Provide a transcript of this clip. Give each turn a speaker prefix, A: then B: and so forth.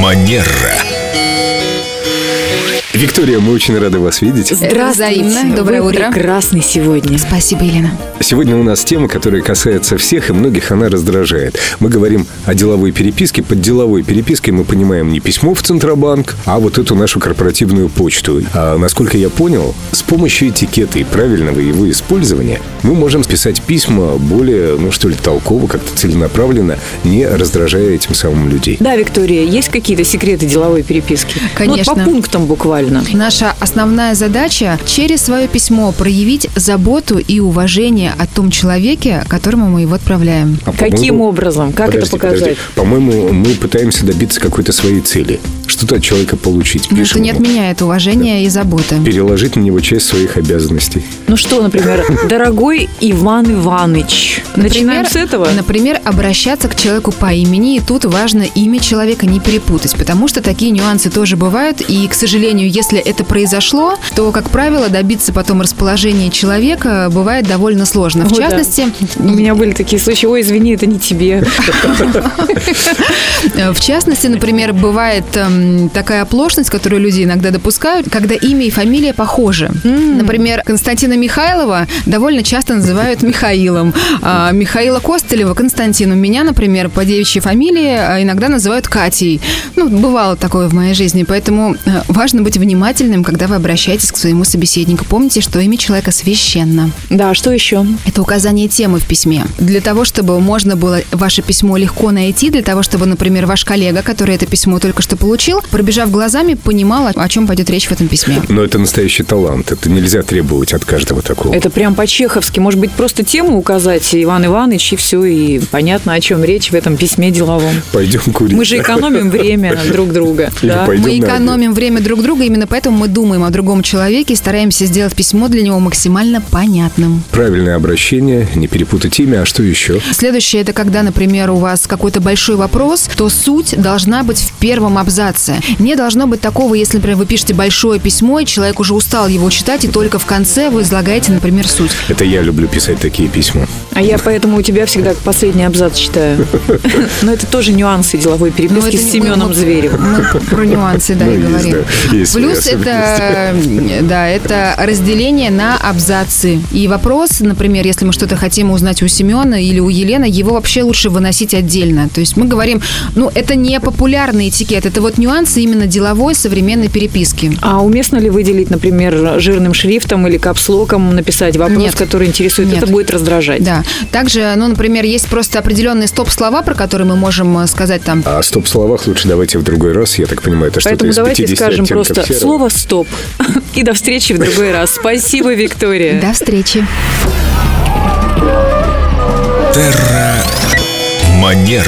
A: Премьера.
B: Виктория, мы очень рады вас видеть.
C: Здравствуйте.
D: Взаимно. Доброе
C: Вы
D: утро.
C: прекрасны сегодня.
D: Спасибо, Елена.
B: Сегодня у нас тема, которая касается всех, и многих она раздражает. Мы говорим о деловой переписке. Под деловой перепиской мы понимаем не письмо в Центробанк, а вот эту нашу корпоративную почту. А, насколько я понял, с помощью этикета и правильного его использования мы можем писать письма более, ну что ли, толково, как-то целенаправленно, не раздражая этим самым людей.
C: Да, Виктория, есть какие-то секреты деловой переписки?
D: Конечно.
C: Ну, вот по пунктам буквально.
D: Наша основная задача через свое письмо проявить заботу и уважение о том человеке, которому мы его отправляем.
B: А, по-моему,
C: Каким образом? Как
B: Подожди,
C: это показать?
B: подожди. По-моему, мы пытаемся добиться какой-то своей цели. Что-то от человека получить.
D: Но
B: Пишем
D: Ну, это не
B: ему.
D: отменяет уважения и заботы.
B: переложить на него часть своих обязанностей.
C: Ну что, например, дорогой Иван Иваныч. Начинаем с этого?
D: Например, обращаться к человеку по имени, и тут важно имя человека не перепутать, потому что такие нюансы тоже бывают, и, к сожалению, если это произошло, то, как правило, добиться потом расположения человека бывает довольно сложно.
C: О,
D: В
C: да.
D: частности,
C: У меня были такие случаи. Ой, извини, это не тебе.
D: Э, В частности, например, бывает эм, такая оплошность, которую люди иногда допускают, когда имя и фамилия похожи. Например, Константина Михайлова довольно часто называют Михаилом. а Михаила Костылева Константином. Меня, например, по девичьей фамилии э, иногда называют Катей. Ну, бывало такое в моей жизни. Поэтому э, важно быть внимательным, когда вы обращаетесь к своему собеседнику. Помните, что имя человека священно.
C: Да, а что еще?
D: Это указание темы в письме. Для того, чтобы можно было ваше письмо легко найти, для того, чтобы, например, ваш коллега, который это письмо только что получил, пробежав глазами, понимал, о чем пойдет речь в этом письме.
B: Но это настоящий талант. Это нельзя требовать от каждого такого.
C: Это прям по-чеховски. Может быть, просто тему указать, Иван Иваныч, и все, и понятно, о чем речь в этом письме деловом.
B: Пойдем курить.
C: Мы же экономим время друг друга.
B: Или
C: да?
B: пойдем
D: мы
B: на обед.
D: экономим время друг друга, именно поэтому мы думаем о другом человеке и стараемся сделать письмо для него максимально понятным.
B: Правильное обращение, не перепутать имя, а что еще?
D: Следующее это когда, например, у вас какой-то большой вопрос, то суть должна быть в первом абзаце. Не должно быть такого, если, например, вы пишете большое письмо, и человек уже устал его читать, и только в конце вы излагаете, например, суть.
B: Это я люблю писать такие письма.
C: А я поэтому у тебя всегда последний абзац читаю. Но это тоже нюансы деловой
D: Но
C: переписки
D: Ну, это
C: с
D: не-
C: Семеном
D: мы-
C: Зверевым.
D: мы про нюансы, да,
B: Ну,
D: и
B: есть,
D: говорим.
B: да, есть свои
D: Плюс это, да, это разделение на абзацы. И вопрос, например, если мы что-то хотим узнать у Семена или у Елены, его вообще лучше выносить отдельно. То есть мы говорим, ну, это не популярный этикет, это вот нюансы именно деловой современной переписки.
C: А уместно ли выделить, например, жирным шрифтом или капслоком написать вопрос,
D: Нет.
C: который интересует?
D: Нет.
C: Это будет раздражать.
D: Да. Также, ну, например, есть просто определенные стоп-слова, про которые мы можем э, сказать там
B: А о стоп-словах лучше давайте в другой раз. Я так понимаю, это что-то
C: Поэтому
B: из
C: давайте
B: 50
C: скажем
B: оттенков
C: просто
B: серого.
C: слово «стоп» и до встречи в другой раз. Спасибо, Виктория.
D: «До встречи».
A: Манера.